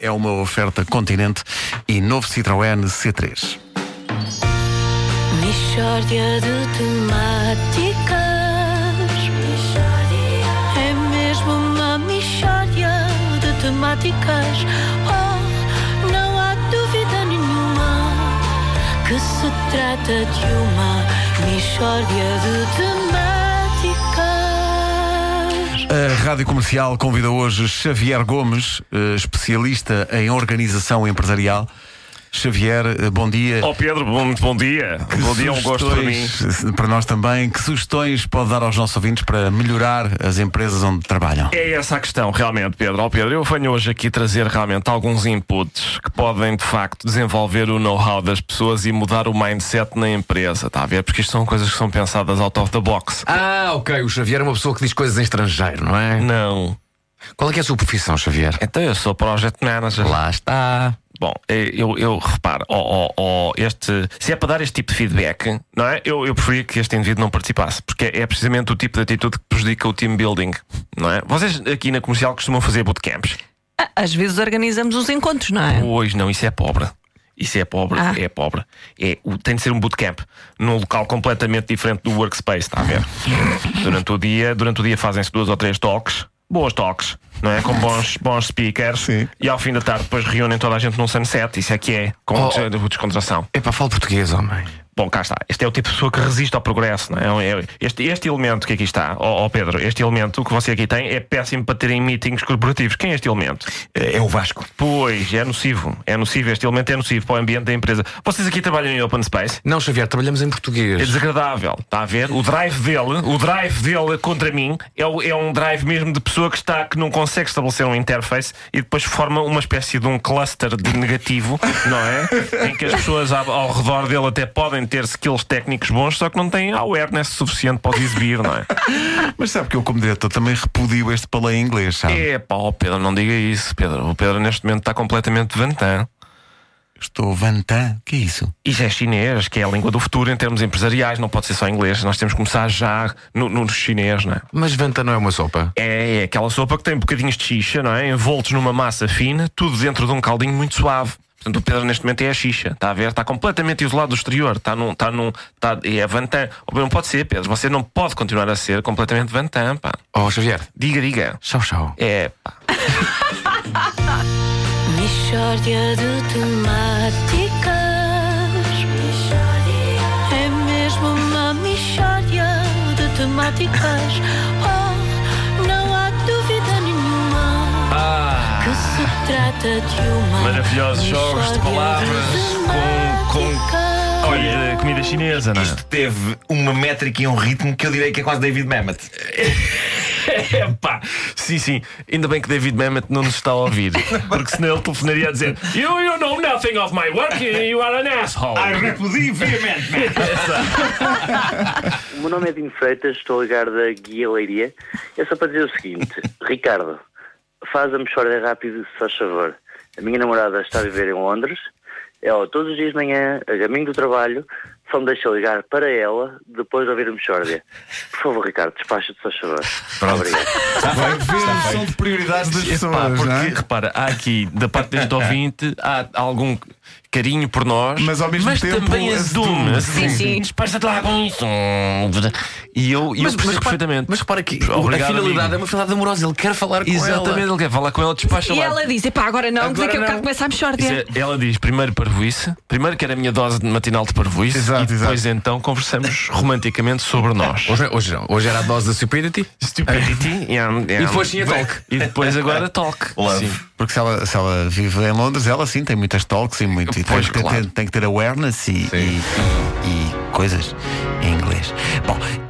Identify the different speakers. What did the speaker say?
Speaker 1: É uma oferta Continente e novo Citroën C3.
Speaker 2: Mistória de temáticas. É mesmo uma mistória de temáticas. Oh, não há dúvida nenhuma que se trata de uma mistória de temáticas.
Speaker 1: A Rádio Comercial convida hoje Xavier Gomes, eh, especialista em organização empresarial. Xavier, eh, bom dia.
Speaker 3: Oh Pedro, bom- muito bom dia.
Speaker 1: Que
Speaker 3: bom dia, é um gosto para mim.
Speaker 1: sugestões, eh, Para nós também, que sugestões pode dar aos nossos ouvintes para melhorar as empresas onde trabalham?
Speaker 3: É essa a questão, realmente, Pedro. Oh, Pedro, eu venho hoje aqui trazer realmente alguns inputs que podem, de facto, desenvolver o know-how das pessoas e mudar o mindset na empresa, está a ver? Porque isto são coisas que são pensadas out of the box.
Speaker 4: Ah, ok. O Xavier é uma pessoa que diz coisas em estrangeiro, não é?
Speaker 3: Não.
Speaker 4: Qual é que é a sua profissão, Xavier? Ah.
Speaker 3: Então eu sou project manager.
Speaker 4: Lá está.
Speaker 3: Bom, eh, eu, eu reparo, oh, oh, oh, este, se é para dar este tipo de feedback, não é? Eu, eu preferia que este indivíduo não participasse, porque é precisamente o tipo de atitude que prejudica o team building, não é? Vocês aqui na comercial costumam fazer bootcamps.
Speaker 5: Ah, Às vezes organizamos os encontros, não é?
Speaker 3: Pois não, isso é pobre. Isso é pobre,
Speaker 5: Ah.
Speaker 3: é pobre. É, o- tem de ser um bootcamp num local completamente diferente do workspace, está a ver? durante o dia, durante o dia fazem-se duas ou três toques, boas toques, não é? Com bons, bons speakers.
Speaker 1: Sim.
Speaker 3: E ao fim da tarde depois reúnem toda a gente num sunset. Isso é que é, com
Speaker 4: Oh.
Speaker 3: des- descontração.
Speaker 4: Epá, fala português, homem.
Speaker 3: Bom, cá está. Este é o tipo de pessoa que resiste ao progresso, não é? É- Este, este elemento que aqui está, ó ó, Pedro, este elemento que você aqui tem é péssimo para ter em meetings corporativos. Quem é este elemento?
Speaker 4: É o Vasco.
Speaker 3: Pois, é nocivo. É nocivo, este elemento é nocivo para o ambiente da empresa. Vocês aqui trabalham em open space?
Speaker 4: Não, Xavier, trabalhamos em
Speaker 3: É
Speaker 4: português.
Speaker 3: desagradável, está a ver? O drive dele, o drive dele contra mim é, o- é um drive mesmo de pessoa que está que não consegue estabelecer um interface e depois forma uma espécie de um cluster de negativo, não é? Em que as pessoas ao, ao redor dele até podem ter skills técnicos bons, só que não têm awareness suficiente para os exibir, não é?
Speaker 1: Mas sabe que eu, como diretor, também repudio este paleio inglês, sabe?
Speaker 3: É pá, oh, Pedro, não diga isso, Pedro. O Pedro neste momento está completamente vantão.
Speaker 1: Estou vantã. que é isso?
Speaker 3: Isso é chinês, que é a língua do futuro em termos empresariais, não pode ser só inglês. Nós temos que começar já no, no chinês, não é?
Speaker 4: Mas vanta não é uma sopa.
Speaker 3: É, é aquela sopa que tem bocadinhos de xixa, não é? Envoltos numa massa fina, tudo dentro de um caldinho muito suave. Portanto, o Pedro neste momento é a xixa, está a ver? Está completamente isolado do exterior, está num. Está num está, é vantã. Não pode ser, Pedro, você não pode continuar a ser completamente vantã, pá.
Speaker 4: Oh, Xavier,
Speaker 3: Diga, diga.
Speaker 4: tchau, tchau.
Speaker 3: É, pá.
Speaker 2: Mistória de temáticas. É mesmo uma mistória de temáticas. Oh, não há dúvida nenhuma que se trata de uma.
Speaker 3: Ah. Maravilhosos jogos de
Speaker 2: mistória
Speaker 3: palavras
Speaker 2: de
Speaker 3: com- com-
Speaker 2: temáticas.
Speaker 3: Olha, comida chinesa, não é?
Speaker 6: teve uma métrica e um ritmo que eu direi que é quase David Mamet.
Speaker 3: Epá, é, sim, sim. Ainda bem que David Mamet não nos está a ouvir. Porque senão ele telefonaria a dizer: You, you know nothing of my work, you are an asshole.
Speaker 6: repudi veemente,
Speaker 7: O meu nome é Dino Freitas, estou a ligar da Guia Leiria. É só para dizer o seguinte: Ricardo, faz a mexória rápido, se faz favor. A minha namorada está a viver em Londres. Ela, todos os dias de manhã, a caminho do trabalho, só me deixa ligar para ela depois de ouvir a mexória. Por favor, Ricardo, despacha-te, se faz favor. Obrigado.
Speaker 1: Vai ver, são de prioridades das é?
Speaker 3: Epá, porque repara, há aqui, da parte deste ouvinte, há algum carinho por nós,
Speaker 1: Mas ao mesmo tempo,
Speaker 3: também
Speaker 1: azedume.
Speaker 3: azedume.
Speaker 1: Sim,
Speaker 5: sim.
Speaker 3: Despacha-te lá com isso. E eu, e eu percebo perfeitamente.
Speaker 4: Mas repara que
Speaker 3: Obrigado,
Speaker 4: a finalidade
Speaker 3: amigo.
Speaker 4: é uma finalidade amorosa. Ele quer falar com
Speaker 3: Exatamente,
Speaker 4: ela.
Speaker 3: ele quer falar com ela, despacha
Speaker 5: E
Speaker 3: lá.
Speaker 5: ela diz: epá, agora não, que
Speaker 4: Agora
Speaker 5: daqui a
Speaker 4: não.
Speaker 5: bocado começa a
Speaker 3: Isso
Speaker 5: mexórdia.
Speaker 3: é- Ela diz primeiro parvoíce, primeiro quer a minha dose de matinal de parvoíce
Speaker 1: Exato,
Speaker 3: e depois
Speaker 1: exato.
Speaker 3: então conversamos romanticamente sobre nós.
Speaker 4: Hoje, é, hoje não. Hoje era a dose da stupidity.
Speaker 3: Stupidity
Speaker 1: é um-
Speaker 3: and-
Speaker 4: E
Speaker 3: and-
Speaker 4: depois tinha talk.
Speaker 3: E depois agora talk.
Speaker 6: Love.
Speaker 3: Sim.
Speaker 1: Porque se ela, se ela vive em Londres, ela sim tem muitas talks e muito. e tem,
Speaker 3: Pois,
Speaker 1: tem-
Speaker 3: claro.
Speaker 1: tem- tem que ter awareness e, e- e- e coisas em inglês. Bom,